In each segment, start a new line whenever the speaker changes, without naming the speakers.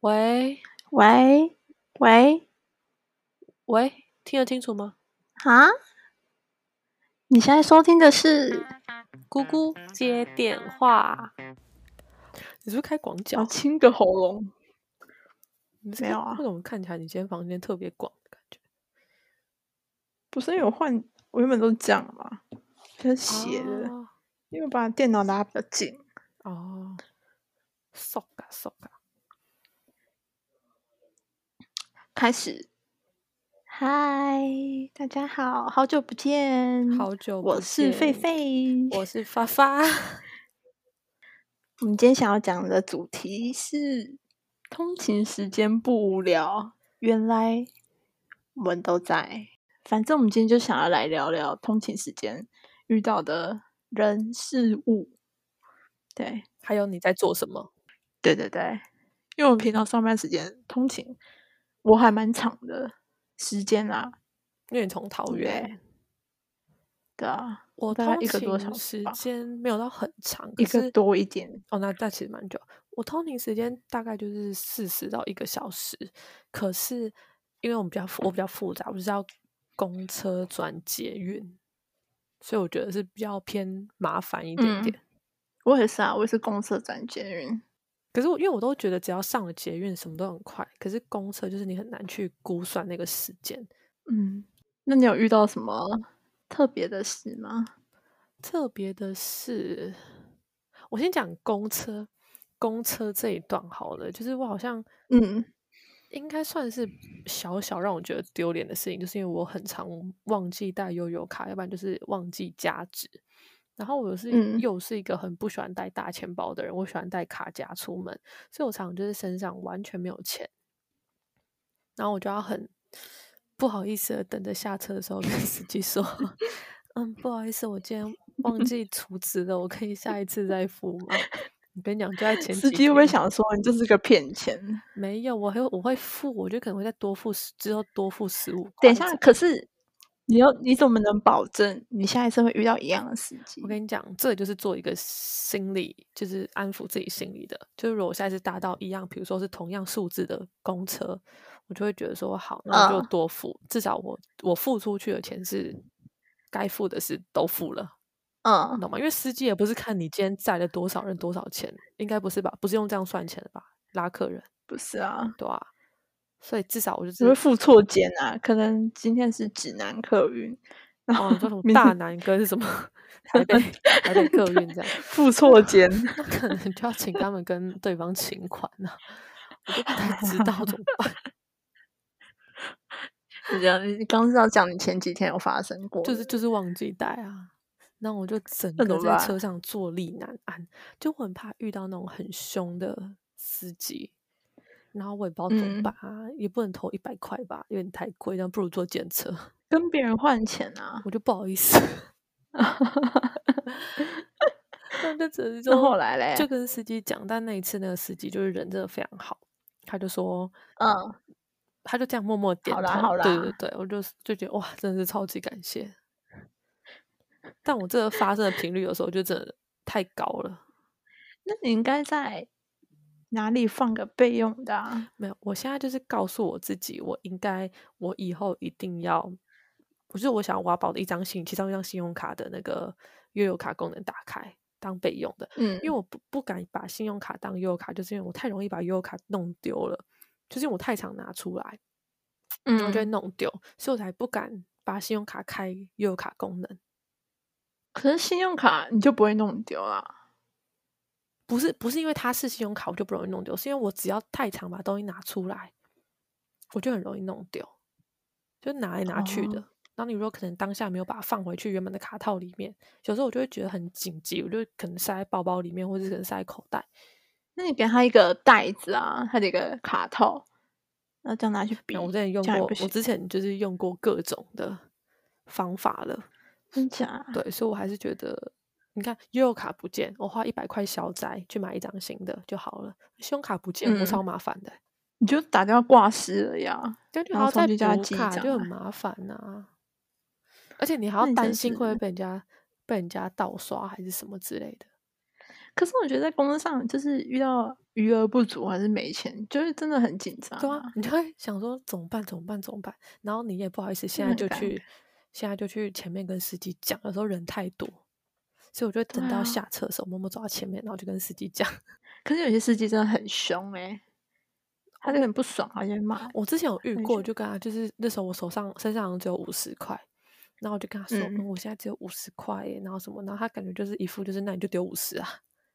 喂
喂喂
喂，听得清楚吗？
啊！你现在收听的是，
姑姑接电话。你是不是开广角？
清的喉咙。
你是
没
开
有啊
为什么看起来你今天房间特别广的感觉？
不是因为我换，我原本都是这样嘛，就是斜的，因为把电脑拉比较近。
哦哦，瘦啊瘦啊！
开始。嗨，大家好，好久不见。
好久不
我是狒
见，
狒。
我是发发。
我们今天想要讲的主题是通勤时间不无聊。原来我们都在，反正我们今天就想要来聊聊通勤时间遇到的人事物。对，
还有你在做什么？
对对对，因为我们平常上班时间通勤，我还蛮长的时间啦。
因为你从桃园，
对啊，
我
大概
通
一个多
勤
小时
时
吧
间没有到很长，可
一个
是
多一点。
哦，那那其实蛮久。我通勤时间大概就是四十到一个小时，可是因为我们比较复我比较复杂，我是要公车转捷运，所以我觉得是比较偏麻烦一点
嗯
点。
我也是啊，我也是公社转捷运。
可是我因为我都觉得只要上了捷运什么都很快，可是公车就是你很难去估算那个时间。
嗯，那你有遇到什么特别的事吗？
特别的是，我先讲公车，公车这一段好了，就是我好像
嗯，
应该算是小小让我觉得丢脸的事情，就是因为我很常忘记带悠游卡，要不然就是忘记加值。然后我是、
嗯
又是一个很不喜欢带大钱包的人，我喜欢带卡夹出门，所以我常常就是身上完全没有钱，然后我就要很不好意思的等着下车的时候跟司机 说：“嗯，不好意思，我今天忘记储值了，我可以下一次再付吗？” 我跟你讲，就在前
司
几
机会不会
天
想说你就是个骗钱？
没有，我还会我会付，我就可能会再多付十，之后多付十五。
等一下，，可是你又你怎么能保证你下一次会遇到一样的司机
我？跟你讲，这就是做一个心理，就是安抚自己心理的。就是如果我下一次搭到一样，比如说是同样数字的公车，我就会觉得说好，那我就
嗯
多付，至少我我付出去的钱是该付的是都付了，你
嗯，
懂吗？因为司机也不是看你今天载了多少人多少钱，应该不是吧？不是用这样算钱的吧？拉客人，
不是啊，
对吧、所以至少我就
你会
是
付错间啊。可能今天是指南客运， 然
哦，
后
你说什么
明
大
天
南哥是什么 台北台北客运这样，
付 错间，
那可能就要请他们跟对方请款了、我都不太知道怎么办，
是这样。你刚是要讲你前几天有发生过的，
就是就是忘记带啊。那我就整
那
个
怎么
在
办
车上坐立难安，就我很怕遇到那种很凶的司机，然后我也不知道怎么
嗯
办啊，也不能投一百块吧，有点太贵，那不如坐检车，
跟别人换钱啊。
我就不好意 思，但就只是
那
就
后来嘞，
就跟司机讲，但那一次那个司机就是人真的非常好，他就说
嗯，
他就这样默默地点
好
头，
啦好
对
啦
对对，我就就觉得哇，真的是超级感谢。但我这个发生的频率有时候就真的太高了，
那你应该在哪里放个备用的啊？
没有，我现在就是告诉我自己，我应该，我以后一定要，不是我想挖宝的一张信，其中一张信用卡的那个悠游卡功能打开当备用的，
嗯
因为我不不敢把信用卡当悠游卡，就是因为我太容易把悠游卡弄丢了，就是因为我太常拿出来，然后就会
嗯，
弄丢，所以我才不敢把信用卡开悠游卡功能。
可是信用卡你就不会弄丢啦。
不是不是因为它是信用卡，我就不容易弄丢，是因为我只要太常把东西拿出来，我就很容易弄丢，就拿来拿去的。
哦
然后你如果可能当下没有把它放回去原本的卡套里面，有时候我就会觉得很紧急，我就可能塞在包包里面，或者是可能塞在口袋。
那你给他一个袋子啊，他的一个卡套，然后这样拿去比，
哎那我之前用
这样也
过
不，
我
行，
之前就是用过各种的方法了。
真假？
对，所以我还是觉得，你看悠游卡不见，我花一百块小宅去买一张新的就好了。信用卡不见，我
嗯
超麻烦的、
你就打电话挂失了呀。
感觉还
然
要
后重
再
新叫他
补
寄一
卡，
张
就很
来
麻烦呐、而且你还
那
要
你真
担
的
心会不会
是
被人家被人家盗刷还是什么之类的。
可是我觉得在工作上，就是遇到余额不足还是没钱，就是真的很紧张、
对啊，你就会想说怎么办？怎么办？怎么办？然后你也不好意思，现在
很
就
尴
去，现在就去前面跟司机讲。有时候人太多，所以我就等
对
到
啊
下车的时候，默默走到前面，然后就跟司机讲。
可是有些司机真的很凶哎、他就很不爽，他就会骂。
我之前有遇
那你
过，
觉
就跟他就是那时候我手上身上好像只有五十块，然后我就跟他说，嗯
嗯
我现在只有五十块耶，然后什么，然后他感觉就是一副就是那你就丢五十啊，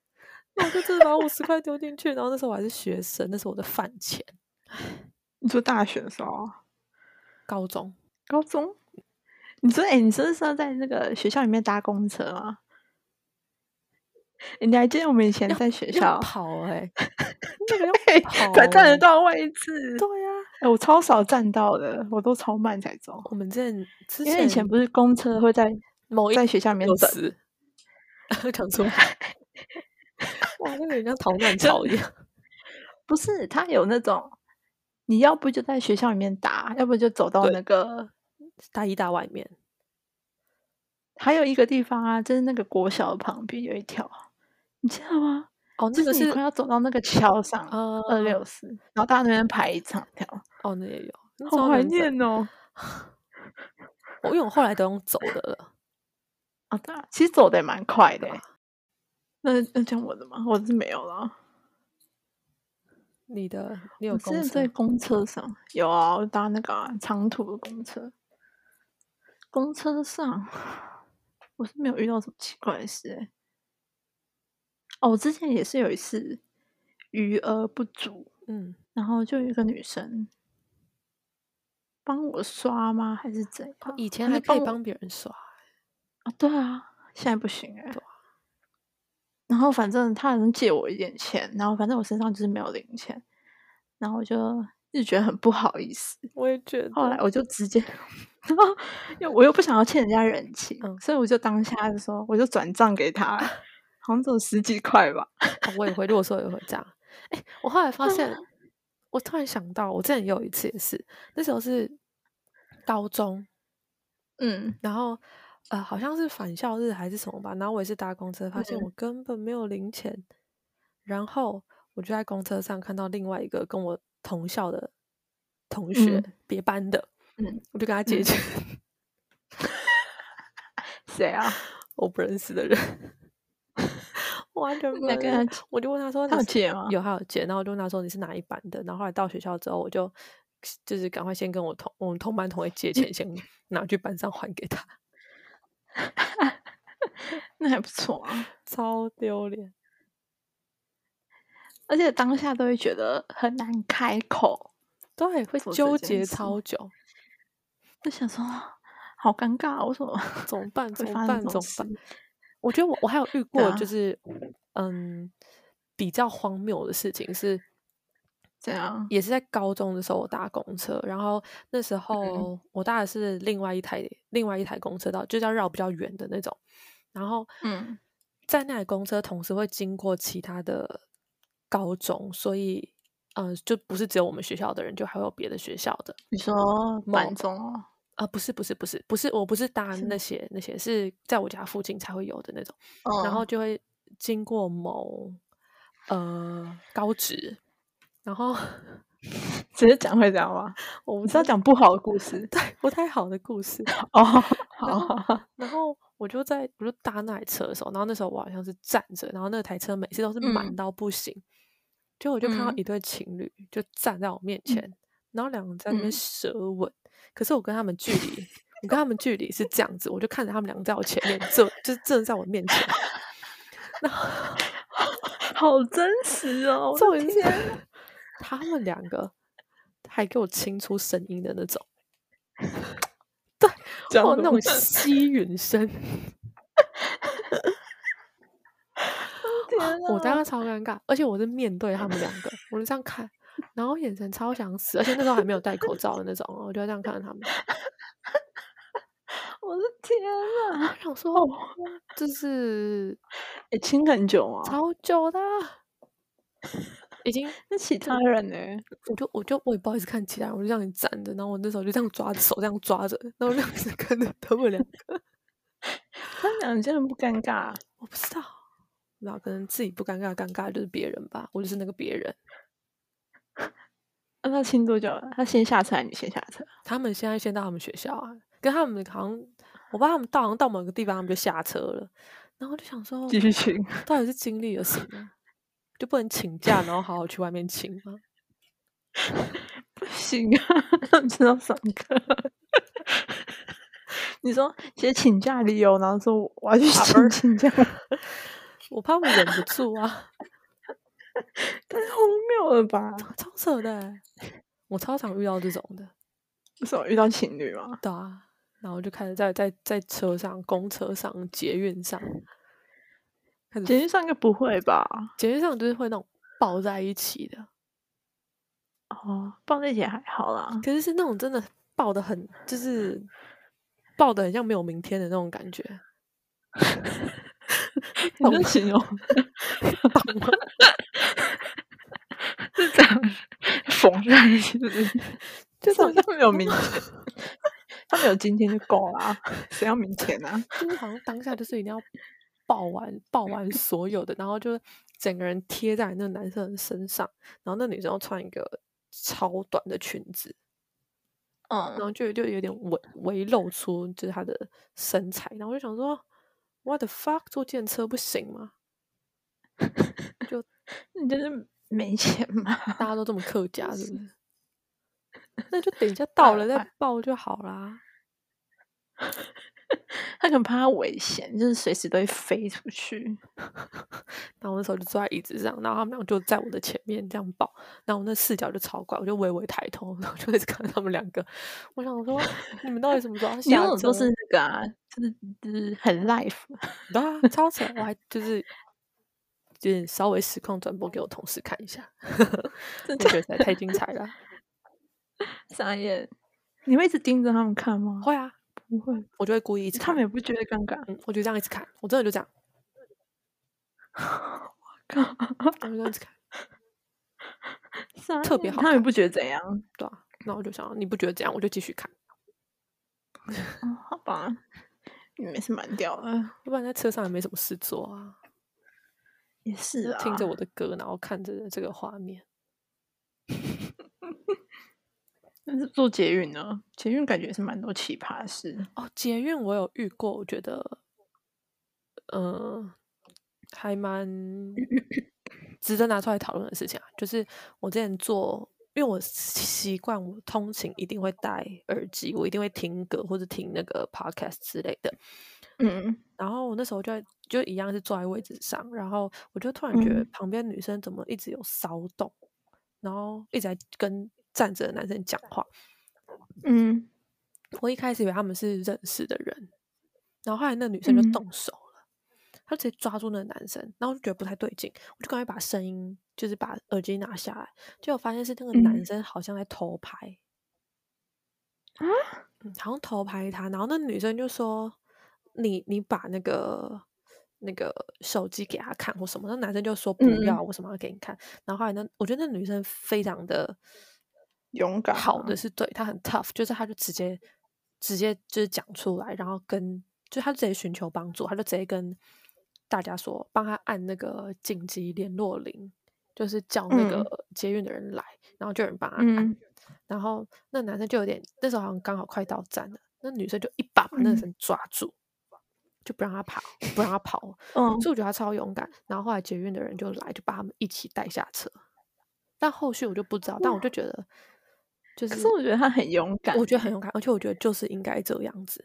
那我就真的把五十块丢进去，然后那时候我还是学生，那是我的饭钱，
你说大学的时候，啊
高中
高中，你说哎、欸你真的是要在那个学校里面搭公车吗？欸你还记得我们以前在学
要
校，
跑哎、那个要
嘿
跑
才站得
欸
到位置？
对啊呀、
哎、我超少站到的，我都超慢才走。
我们之前之
因为以前不是公车会在
某一
在学校里面
有
等，
十， 讲 出来，哇，那个人家逃难潮一样，
不是他有那种，你要不就在学校里面打，要不就走到
对
那个，
大一大外面。
还有一个地方啊，就是那个国小的旁边有一条，你知道吗？
哦，
就
那个
是你
是
快要走到那个桥上，
呃
二六四，然后大家那边排一长条，
哦，那也有，那
好
超
怀
难整
念哦。
我因为我后来都用走的了，
啊，对啊，其实走的也蛮快的
对
欸
啊。
那那讲我的吗？我是没有了。
你的你有
我之
公
前
车
在公车上有啊，我搭那个啊、长途的公车。公车上，我是没有遇到什么奇怪的事、欸。哦，我之前也是有一次余额不足，
嗯，
然后就有一个女生帮我刷吗？还是怎样
哦？以前
她
还
就
可以
我
帮别人刷，
啊，对啊，现在不行哎、
对
然后反正他能借我一点钱，然后反正我身上就是没有零钱，然后我就一直觉得很不好意思。
我也觉得
后来我就直接，然后又我又不想要欠人家人情，
嗯
所以我就当下就说，我就转账给他，好像只有十几块吧。
哦我也会，如果说也会这样。哎、我后来发
对
现， 我突然想到，我之前也有一次也是，那时候是高中，
嗯，
然后呃，好像是返校日还是什么吧，然后我也是搭公车，发现
嗯
我根本没有零钱，然后我就在公车上看到另外一个跟我同校的同学，
嗯
别班的，
嗯，
我就跟他借
嗯
钱，
谁啊？
我不认识的人，我完全不
那
认
跟
识
他借
我就问他说：“
他
你
有
是
借吗
有，他有借。”然后我就问他说：“你是哪一班的？”然后后来到学校之后，我就就是赶快先跟我同我们同班同学借钱， 先拿去班上还给他，
那还不错啊。
超丢脸。
而且当下都会觉得很难开口，
对，会
做这
纠
件
结
事
超久，
就想说好尴尬啊，为什么
怎么办？
会
怎么
发生
办？
这
怎么
种事
办？？我觉得我我还有遇过，
啊
就是嗯，比较荒谬的事情是，
这样，
也是在高中的时候，我搭公车，然后那
嗯
时候我搭的是另外一台另外一台公车道，就是要绕比较远的那种。然后，
嗯，
在那台公车同时会经过其他的高中，所以，嗯、就不是只有我们学校的人，就还会有别的学校的。
你说
某
板中哦，
啊、不是不是不是不是，我不是搭
是
那些那些，是在我家附近才会有的那种。然后
嗯
就会经过某呃高职，然后
直接讲会这样吗？
我不
你
知
是要
道
讲不好的故 事
对不太好的故事，
哦，
然后
好，
然后我就在我就搭那台车的时候，然后那时候我好像是站着，然后那台车每次都是满
嗯
到不行，就我就看到
嗯
一对情侣就站在我面前，然后两人在那边
嗯
舌吻，可是我跟他们距离，我跟他们距离是这样子，我就看着他们两个在我前面，这就是正在我面前，
好真实哦， 我
重
的
点
天啊，
是他们两个还给我清出声音的那种，
讲
哦，
什
那
么
种 吸吮声，
天
我
啊
当时超尴尬，而且我是面对他们两个，我就这样看，然后眼神超想死，而且那时候还没有戴口罩的那种，哦我就这样看着他们，
我的天 啊，
我想说
哦，
就是
哎，亲很久吗？
超久的啊、已经
那其他人呢？
我就我就我也不好意思看其他人，我就这样站着，然后我那时候就这样抓着手这样抓着，然后就一直看着他们两个，
他们俩真的不尴尬，啊
我不知道，那可能自己不尴尬，尴尬就是别人吧。我就是那个别人。
呃那他亲多久了？他先下车，还是你先下车？
他们现在先到他们学校啊，跟他们好像，我爸他们到好像到某个地方，他们就下车了。然后我就想说，
继续亲。
到底是经历了什么？就不能请假，然后好好去外面请吗？
不行啊， 知道上课。 你说写请假理由，然后说我要去请请假，
我怕我忍不住啊，
太荒谬了吧？
超扯的欸、我超常遇到这种的，
为什么遇到情侣吗？
对啊。然后就开始在在在车上、公车上、捷运上，开始
简历上应该不会吧？
捷运上就是会那种抱在一起的，
哦，抱在一起还好 啦。
可是是那种真的抱的很，就是抱的很像没有明天的那种感觉，
你这形 容
懂吗？
是这样缝在一起，
就是
好像没有明天， 他们有今天就够啦， 谁要明天啊？
就是好像当下就是一定要抱完抱完所有的，然后就整个人贴在那男生的身上，然后那女生要穿一个超短的裙子，然
嗯，
后就就有点微微露出就是她的身材，然后我就想说，what the fuck，坐电车不行吗？
你就是没钱嘛？
大家都这么客家，是不是？ 那就等一下到了
哎
再抱就好啦。
他可能怕他危险，就是随时都会飞出去。
然后我那时候就坐在椅子上，然后他们俩就在我的前面这样抱，然后我那视角就超怪，我就微微抬头，然后就一直看他们两个。我想说，你们到底什么时候要
你
下
那种
车？
都是那个啊，就是就是很 life，
对啊，超扯！我还就是有点稍微实况转播给我同事看一下，
真
我觉得实在太精彩了。
傻眼。你会一直盯着他们看吗？
会啊，
不会，
我就会故意一直
他
看
们，也不觉得尴尬。
嗯，我就这样一直看，我真的就 这样，我就这样一直看，
傻
特别
眼
好
他们也
看
不觉得怎样。
对啊。那我就想，你不觉得这样，我就继续看。
嗯，好吧，你们也是蛮屌的，
要不然在车上也没什么事做啊，
也是
就
啊。
听着我的歌，然后看着这个画面。
但是做捷运呢，捷运感觉也是蛮多奇葩的事。
哦，捷运我有遇过，我觉得，嗯，还蛮值得拿出来讨论的事情啊。就是我之前做，因为我习惯我通勤一定会戴耳机，我一定会听歌或者听那个 podcast 之类的。
嗯，
然后我那时候就在就一样是坐在位置上，然后我就突然觉得
嗯
旁边女生怎么一直有骚动，然后一直在跟站着的男生讲话。
嗯，
我一开始以为他们是认识的人，然后后来那女生就
嗯
动手了，她直接抓住那个男生，然后我就觉得不太对劲，我就赶快把声音就是把耳机拿下来，结果发现是那个男
嗯
生好像在偷拍，
啊
嗯，好像偷拍他，然后那女生就说：“你你把那个那个手机给他看或什么。”那男生就说：“不
嗯嗯
要，为什么要给你看？”然后后来呢，我觉得那女生非常的
勇敢
好
啊
的是对她很 tough，就是她就直接直接就是讲出来，然后跟就她直接寻求帮助，她就直接跟大家说，帮她按那个紧急联络铃，就是叫那
嗯
个捷运的人来，然后就有人帮她按，
嗯
然后那男生就有点那时候好像刚好快到站了，那女生就一把把那个
嗯
人抓住，就不让他跑，不让他跑，
嗯
所以我觉得他超勇敢。然后后来捷运的人就来，就把他们一起带下车。但后续我就不知道，但我就觉得，就
可
是
是我觉得他很勇敢
我觉得
欸
很勇敢，而且我觉得就是应该这样子。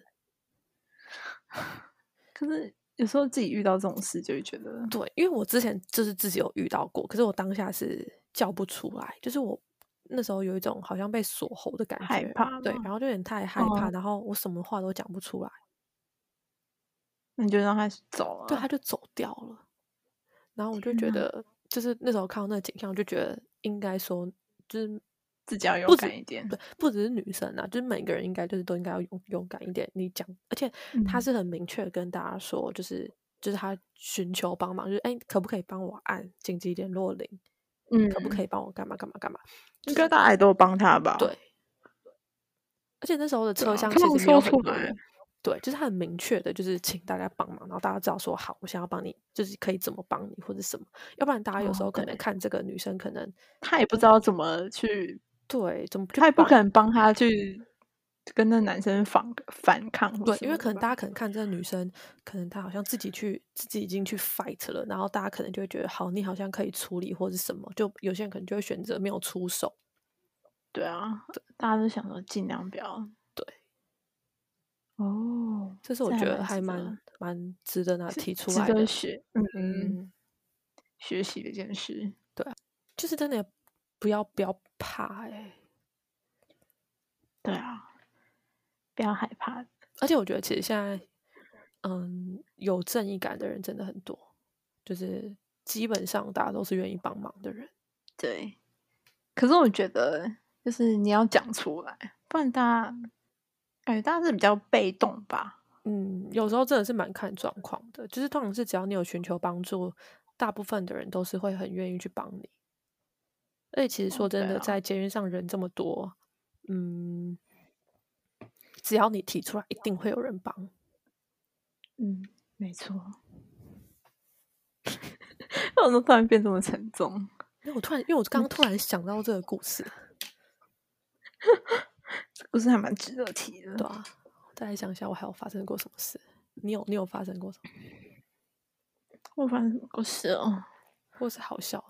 可是有时候自己遇到这种事，就会觉得
对，因为我之前就是自己有遇到过，可是我当下是叫不出来，就是我那时候有一种好像被锁喉的感觉，
害怕
对，
吗嗯
然后就有点太害怕，然后我什么话都讲不出来，
那你就让他走啊。
对，他就走掉了。然后我就觉
天哪
得，就是那时候看到那个景象，我就觉得应该说，就是
自己要勇
不止
敢一点。
对，不只是女生啊，就是每个人应该就是都应该要勇勇敢一点。你讲，而且他
嗯
是很明确地跟大家说，就是就是他寻求帮忙，就是哎，可不可以帮我按紧急联络铃？可不
嗯
可以帮我干嘛干嘛干嘛？
应该大家也都有帮他吧？
对，而且那时候的
对
车
啊
厢
他
其
们
实没有
说
很
出
多
来
人，对，就是他很明确的，就是请大家帮忙，然后大家知道说好，我想要帮你，就是可以怎么帮你或者什么，要不然大家有时
哦
候可
对
能看这个女生可能
他也不知道怎么去，
对怎么去
他也不
帮
可能帮他去跟那男生反反抗或
对，
什
因为
么
可能
吧
大家可能看这个女生，可能她好像自己去自己已经去 fight 了，然后大家可能就会觉得好，你好像可以处理或者什么，就有些人可能就会选择没有出手。
对啊，大家都想说尽量不要。
对，
哦，
这是我
这还
觉得还
蛮值得
蛮蛮值得拿
是
提出
值
来
得
的。
学，嗯嗯，
嗯，
学习的一件事。
就是真的不要不要怕哎、
对啊，不要害怕。
而且我觉得其实现在，嗯，有正义感的人真的很多，就是基本上大家都是愿意帮忙的人。
对，可是我觉得就是你要讲出来，不然大家感觉大家是比较被动吧。
嗯，有时候真的是蛮看状况的，就是通常是只要你有寻求帮助，大部分的人都是会很愿意去帮你。而且其实
哦
说
对
真的，
啊
在捷运上人这么多，嗯，只要你提出来，一定会有人帮。
嗯，没错。 为什么突然变这么沉重？
因为我突然，因为我刚刚突然想到这个故事，
这故事还蛮值得提的。
对啊，我再来想一下，我还有发生过什么事？你有你有发生过什么，
我发生什么故事哦？
或是好笑的？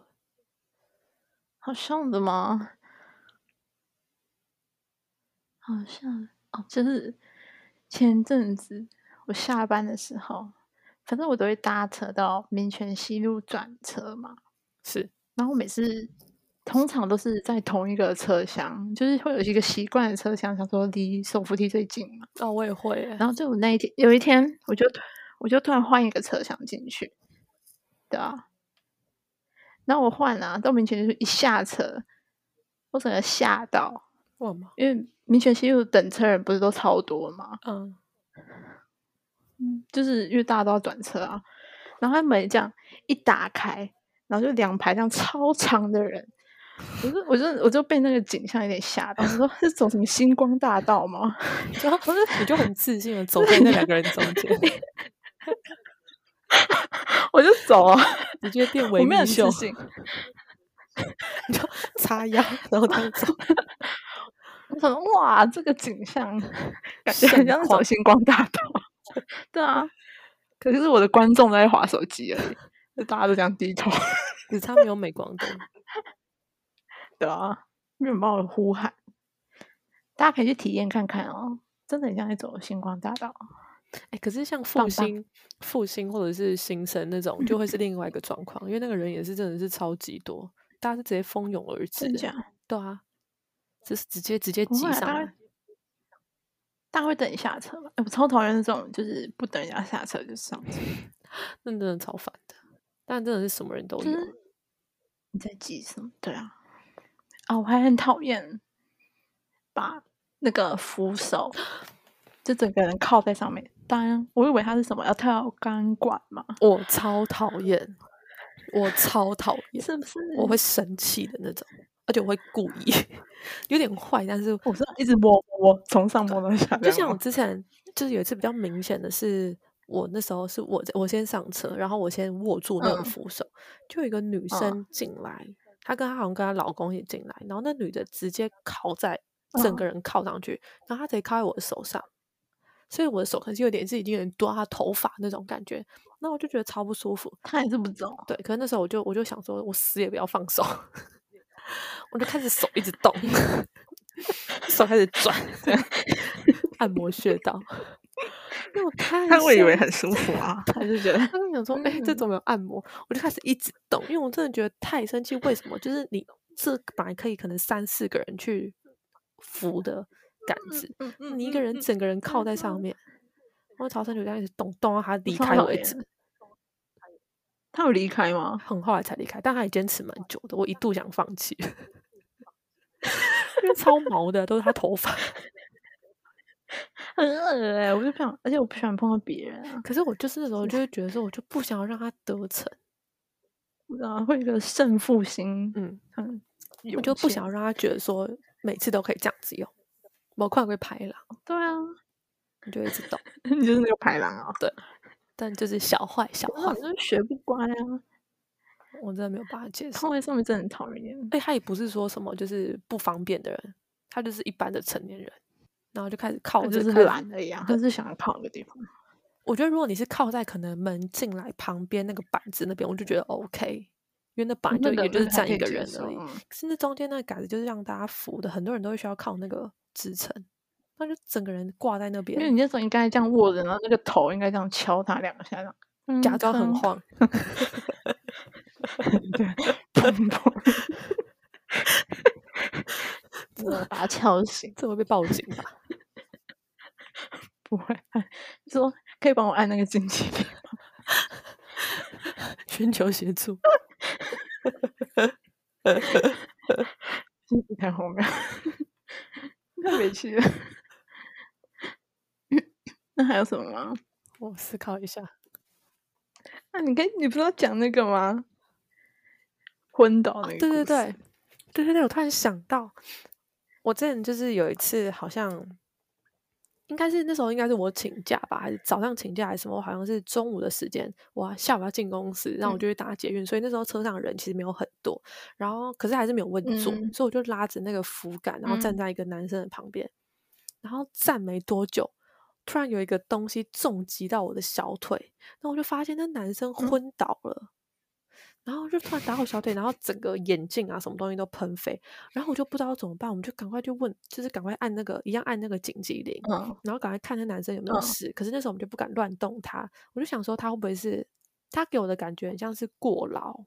好笑的吗？好像哦，就是前阵子我下班的时候，反正我都会搭车到民权西路转车嘛。
是
然后我每次通常都是在同一个车厢，就是会有一个习惯的车厢，想说离手扶梯最近嘛。
哦，我也会耶，
然后就我那一天，有一天我就突我就突然换一个车厢进去，对啊。然后我换啊，到民权就是一下车，我整个吓到，
我吗？
因为民权西路等车人不是都超多嘛，
嗯，
就是因为大家都要转车啊。然后他门这样一打开，然后就两排这样超长的人，我就我就我就被那个景象有点吓到，我说是走什么星光大道吗？
然 后嗯你就很自信的走在那两个人中间，
我就走啊，
你就会变
我
维
没有
密
很
秀
自，信。
你就 叉腰， 然后这样走，
我想说 哇，这个景 象感觉很
盛
像是走
况
星光大道。 对啊，可是我的观众都在划手机而已，就大家都这样低头。
只差没有镁光灯。
对啊，没有人帮我呼喊，大家可以去体验看看哦，真的很像在走星光大道。
哎，可是像
棒
复
棒
兴、复兴或者是新生那种，就会是另外一个状况，因为那个人也是真的是超级多，大家是直接蜂拥而至
真
欸，
假？
对啊，就是直接直接
不
挤
会啊，
上
大家
来，
大家会等你下车吧？哎我超讨厌这种，就是不等人家下车就上车，
那真的超烦的。但真的是什么人都
就
有，
是你在急什么？对啊，啊，我还很讨厌把那个扶手，就整个人靠在上面。当然，我以为他是什么要跳钢管嘛，
我超讨厌，我超讨厌。
是不是？
我会生气的那种，而且我会故意， 有点坏，但是
我是一直摸摸，从上摸到下这样吗，
就像我之前就是有一次比较明显的是，我那时候是我我先上车，然后我先握住那个
嗯
扶手，就有一个女生进来，她跟她好像跟她老公也进来，然后那女的直接靠在整
嗯
个人靠上去，然后她直接靠在我的手上。所以我的手可能是有点是已经有点抓她头发那种感觉，那我就觉得超不舒服。
他也是不走，啊
对，可是那时候我就我就想说，我死也不要放手， 我就开始手一直动， 手开始转，按摩穴道。因为我太
但我以为
生
很舒服啊， 他就觉得
他跟想说，哎、这
嗯
怎么有按摩？我就开始一直动，因为我真的觉得太生气。为什么？就是你这本来可以可能三四个人去扶的杆子，
嗯嗯
你一个人整个人靠在上
嗯
面，然后朝生就这样一直动，动到他离
超
开
讨
为
厌
止。
他有离开吗？
很后来才离开，但他也坚持蛮久的。我一度想放 弃，因为超毛的都是他头发。
很恶哎、我就不想，而且我不喜欢碰到别人啊，
可是我就是那时候就会觉得说，我就不想要让他得逞，
不知道会有一个胜负心，
嗯，
嗯，
我
涌
就不
现
想让他觉得说每次都可以这样子用。我快会拍了，
对啊，
你就一直抖。
你就是那个排狼哦，
但就是小坏小
哇，
坏，
就是学不乖啊，
我真的没有办法接受
空。位上面真的很讨人厌。
哎、他也不是说什么就是不方便的人，他就是一般的成年人，然后就开始靠
啊我
着，
就是
开始
懒了一样，他是想要靠一个地方。
我觉得如果你是靠在可能门进来旁边那个板子那边，我就觉得 OK，因为那本来就
那个
也就是
还
站
可
一
以
个
接
人
受
而已。
嗯
可是那中间那个杆子就是让大家扶的，很多人都会需要靠那个支撑，那就整个人挂在那
因为你
边，
那时候应该这样握着，然后那个头应该这样敲他两下，这样嗯
假装很
哼
晃。
对， 砰砰，真的把他敲醒，
这会被报警吧？
不会按，说可以帮我按那个经济点吗，
寻求协助。
经济太荒谬， 太委屈了。 那还有什么吗？
我思考一下，
啊，你跟你不是要讲那个吗？昏倒
啊
那个、
对对对，，对对对，我突然想到，我之前就是有一次，好像应该是那时候应该是我请假吧，还是早上请假还是什么？我好像是中午的时间，我下午要进公司，然后我
嗯
就去搭捷运，所以那时候车上的人其实没有很多，然后可是还是没有位置坐，
嗯
所以我就拉着那个扶杆，然后站
嗯
在一个男生的旁边，然后站没多久。突然有一个东西重击到我的小腿，那我就发现那男生
嗯
昏倒了，然后就突然打我小腿，然后整个眼镜啊什么东西都喷飞，然后我就不知道怎么办，我们就赶快去问，就是赶快按那个一样按那个紧急铃，
嗯，
然后赶快看那男生有没有
嗯
事。可是那时候我们就不敢乱动他，我就想说他会不会是他给我的感觉很像是过劳，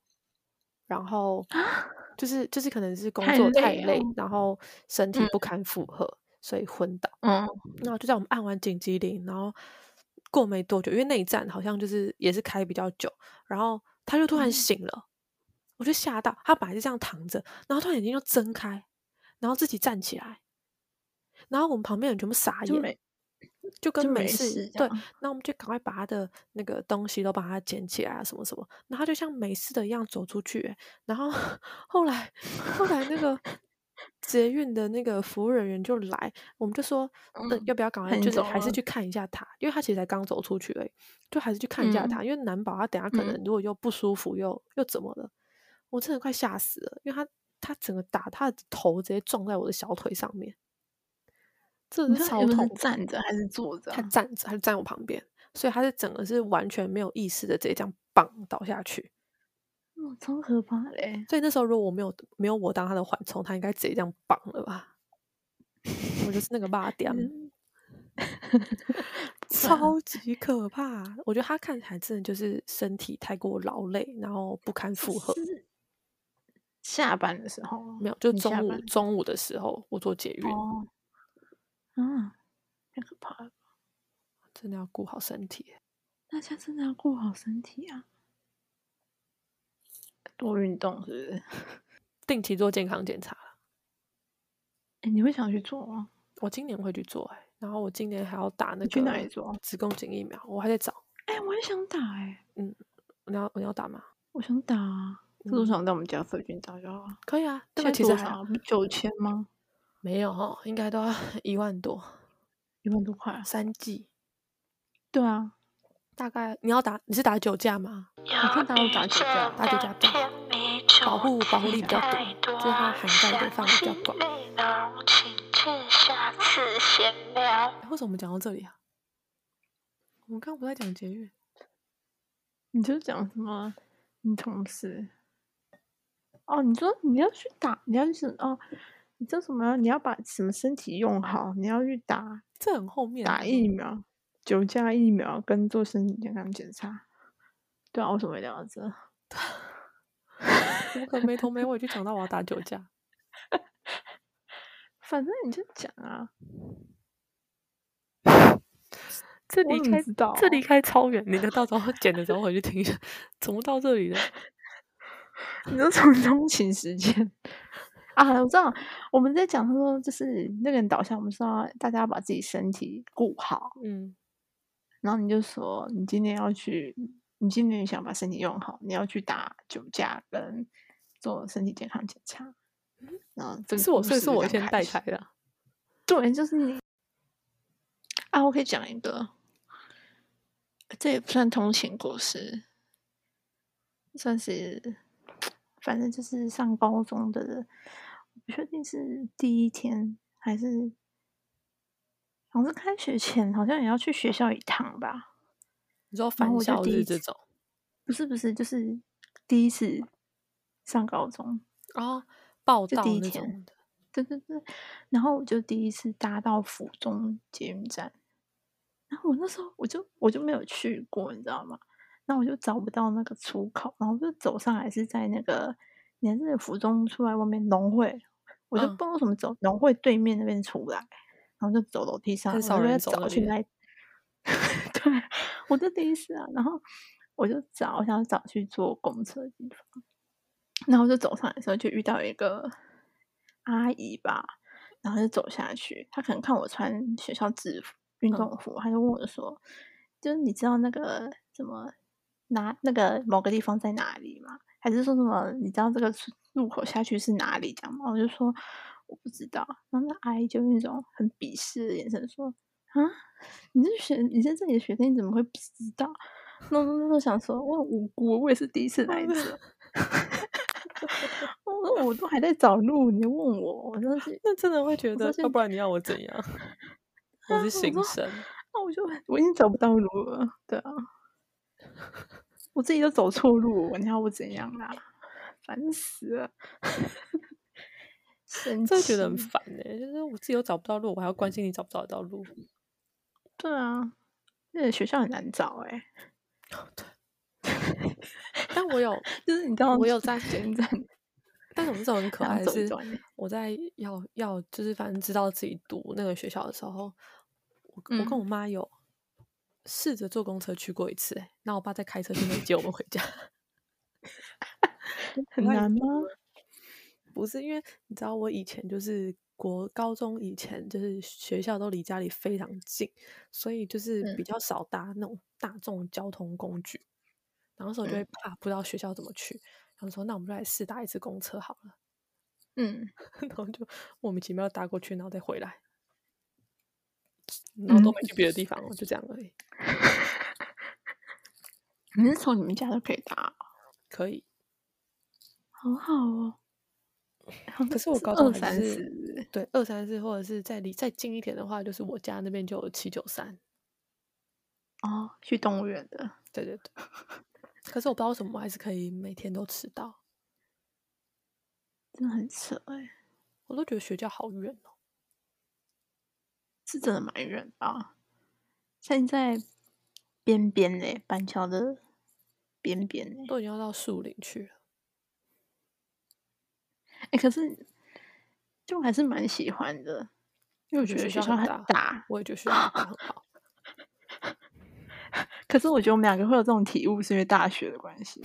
然后就是就是可能是工
啊太
作
累
太累，
哦
然后身体
嗯
不堪负荷，所以昏倒。
嗯，
然后就在我们按完紧急铃，然后过没多久，因为那一站好像就是也是开比较久，然后他就突然
嗯
醒了，我就吓到，他本来是这样躺着，然后突然眼睛就睁开，然后自己站起来，然后我们旁边人全部傻
就
眼，
没
就跟
就
没
没
事
事这
对
样，
那我们就赶快把他的那个东西都把它捡起来啊，什么什么，然后他就像没事的一样走出去欸、然后 后来后来那个捷运的那个服务人员就来，我们就说，呃，
嗯，
要不要赶快
看你
就是
走
还是
了
去看一下他，因为他其实才刚走出去而已，就还是去看一下
嗯
他，因为难保他等下可
嗯
能如果又不舒服又又怎么了，我真的快吓死了，因为他他整个打他的头直接撞在我的小腿上面，真
你
的
知
是超
道原本
痛
是
苦。
站着还是坐着
他
啊？
站着，他就站我旁边，所以他是整个是完全没有意识的直接这样绑倒下去。
哦，超可怕嘞！
所以那时候如果我没有没有我当他的缓冲，他应该直接这样绑了吧？ 我就是那个 霸点，
嗯不会啊
超级可怕。啊我觉得他看起来真的就是身体太过劳累，然后不堪负荷。
是下班的时候吗，
没有，就
你下
中午
班
中午的时候我做捷运，
哦，啊，太可怕了！
真的要顾好身体。
大家真的要顾好身体啊，多运动是不是？
定期做健康检查，
哎，你会想去做吗？
我今年会去做、欸，然后我今年还要打那
你去哪
个
里做？
子宫颈疫苗，我还在找。
哎，我也想打哎，
你要你要打吗？
我想打啊！这多
嗯
少在我们家附近打就好了。
可以啊，这个
现在
其实
多
还
少
好
啊？不九千吗？
没有哈、哦，应该都要 一万多，
一万多块啊？
三剂
对啊，
大概。你要打你是打九价吗？
你看大陆打九架，
打九价比较好保护保护力比较多，就是它涵盖的范围比较广。哎为什么我们讲到这里啊？我们刚刚不在讲节育，
你就讲什么？你同事？哦，你说你要去打，你要去哦，你叫什么？你要把什么身体用好？你要去打
这很后面
打
啊
疫苗，九价疫苗跟做身体健康检查。对啊，为什么会聊到这？
我们可能没头没尾就讲到我要打九价。
反正你就讲啊，
这
我
离
怎么
开
知道
这离开超远，你的到时候剪的时候回去听一下，怎么到这里的？
你说 从通勤时间啊，我知道我们在讲，他说就是那个人导向，我们说大家要把自己身体顾好，
嗯，
然后你就说你今天要去，你今天想把身体用好，你要去打酒驾跟做身体健康检查。然后这个
嗯是我，
故
所以是
事就
我
这样
先带
始
开的啊。
对，就是你啊，我可以讲一个，这也不算通勤故事，算是，反正就是上高中的，我不确定是第一天还是，好像是开学前，好像也要去学校一趟吧。
你说
然后
返
我就
校
第一
日这
次
种
不是不是，就是第一次上高中，
哦，报
就
道
第一
那
天
种的，
对对对，然后我就第一次搭到府中捷运站，然后我那时候我就我就没有去过，你知道吗？那我就找不到那个出口，然后我就走上来是在那个，你还是府中出来外面农会，我就
嗯
不知道为什么走农会对面那边出来，然后就走楼梯上来，
很
我
少
就在
人走
找
那
去
边
那里， 对，我就第一次啊，然后我就找我想找去坐公车的地方。然后就走上来的时候，就遇到一个阿姨吧，然后就走下去。她可能看我穿学校制服、运
嗯
动服，她就问我说：“就是你知道那个什么哪那个某个地方在哪里吗？还是说什么你知道这个出入口下去是哪里？”这样吗？我就说我不知道。然后那阿姨就用一种很鄙视的眼神说：“啊，你是学你是这里的学生，你怎么会不知道？”那我那时候想说，我很无辜，我也是第一次来这。 我我都还在找路，你问我，我真是
那真的会觉
我到
得，要
现
不然你要我怎样？ 我
啊
是
我
新
说
生，
啊，我就我已经找不到路了，对啊，我自己都走错路了，你要我怎样啦、烦死 了，生
真的觉得很
气
烦哎、就是我自己都找不到路，我还要关心你找不找得到路。
对啊，那个学校很难找哎、
但我有，
就是你知道
我有在
捷运站，
但我那时候很 可
然
爱的
后走一
是，
走那，
我在要要就是反正知道自己读那个学校的时候，我跟我跟
嗯
我妈有试着坐公车去过一次、欸，然后我爸在开车去那里接我们回家，
很
我也啊
难吗？
不是因为你知道，我以前就是国高中以前就是学校都离家里非常近，所以就是比
嗯
较少搭那种大众交通工具。然后那时候就会
嗯
怕不知道学校怎么去，然后说那我们就来试搭一次公车好了，
嗯
然后就莫名其妙搭过去，然后再回来，然后都
嗯
没，去别的地方哦，就这样而已。
你是从你们家都可以搭哦，
可以，
好好哦。好
可
像
是我
是
高中
二
还
三
就
十
是，对二三四或者是再离再近一点的话，就是我家那边就有七九三，
哦，去动物园的，
对对对。可是我不知道为什么，我还是可以每天都迟到。
真的很扯哎、
我都觉得学校好远哦。
是真的蛮远的啊。现在边边嘞，板桥的边边嘞，
都已经要到树林去了。
哎、可是就还是蛮喜欢的，因为我
我
觉
觉得
得
学校
学校
很
很
大，
大。
我也觉得学校很大很好。
可是我觉得我们两个会有这种体悟，是因为大学的关系，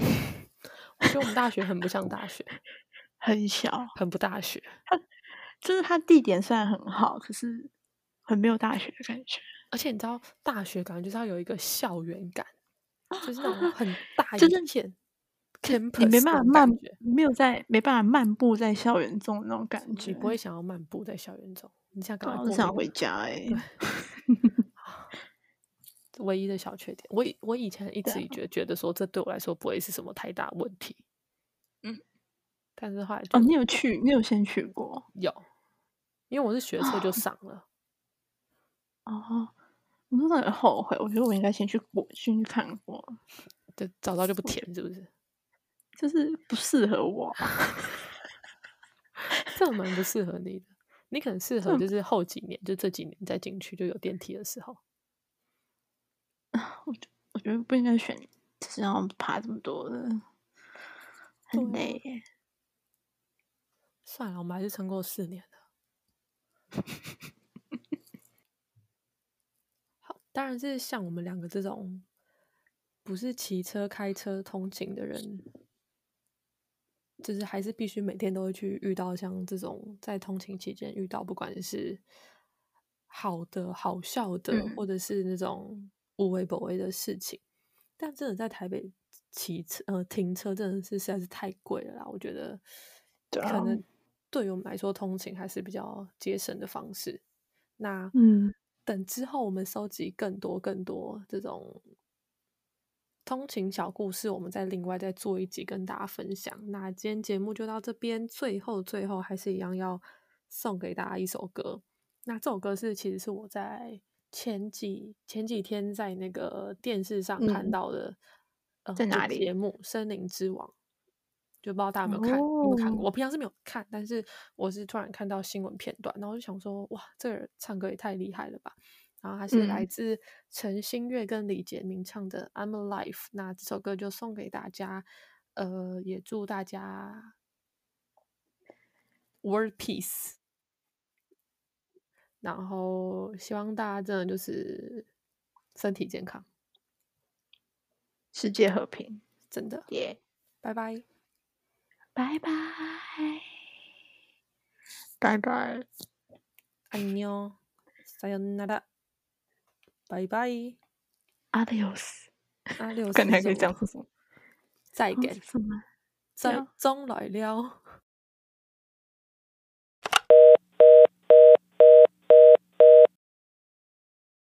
我觉得我们大学很不像大学，
很小，
很不大学。
就是它地点虽然很好，可是很没有大学的感觉，
而且你知道，大学感觉就是要有一个校园感，就是那种很大一
就是
片
你
campus 那
没办法
种感
漫
觉，，
没有在没办法漫步在校园中的那种感觉。
你不会想要漫步在校园中，你想赶
对啊，
快
我就
过
想
那
回
个
家哎、欸
对。唯一的小缺点。我以我以前一
对啊
直觉觉得说，这对我来说不会是什么太大问题。
嗯，
但是后来
哦，
就
你有去？你有先去过？
有，因为我是学测就上了。
哦，我真的很后悔，我觉得我应该先去过，先去看过，
就早知道就不填，是不是？
就是不适合我。
这种蛮不适合你的，你可能适合
这
就是后几年，就这几年再进去就有电梯的时候。
我觉我觉得不应该选，就是要爬这么多的，
对
很
啊
累耶。
算了，我们还是撑过四年的。好，当然是像我们两个这种不是骑车、开车通勤的人，就是还是必须每天都会去遇到像这种在通勤期间遇到，不管是好的、好笑的，
嗯
或者是那种无微不微的事情。但真的在台北骑车，呃，停车真的是实在是太贵了啦。我觉得
对
可
啊
能对于我们来说，通勤还是比较节省的方式。那
嗯，
等之后我们收集更多更多这种通勤小故事，我们再另外再做一集跟大家分享。那今天节目就到这边，最后最后还是一样要送给大家一首歌。那这首歌是其实是我在前几前几天在那个电视上看
嗯
到的，呃，
在
就
哪里
节目《森林之王》，就不知道大家有没有看，有没有看
哦
过？我平常是没有看，但是我是突然看到新闻片段，然后就想说，哇，这个人唱歌也太厉害了吧！然后还是来
嗯
自陈星月跟李杰明唱的《I'm Alive》，那这首歌就送给大家，呃，也祝大家 World Peace。然后希望大家真的就是身体健康，
世界和平，
真的，
耶、
拜拜。
拜拜，拜拜。
爱你哦，さよなら，拜拜。啊
Adios，
阿六，
看你还可以讲出什么？
再
哦
见，
什么？
再
样
中来了。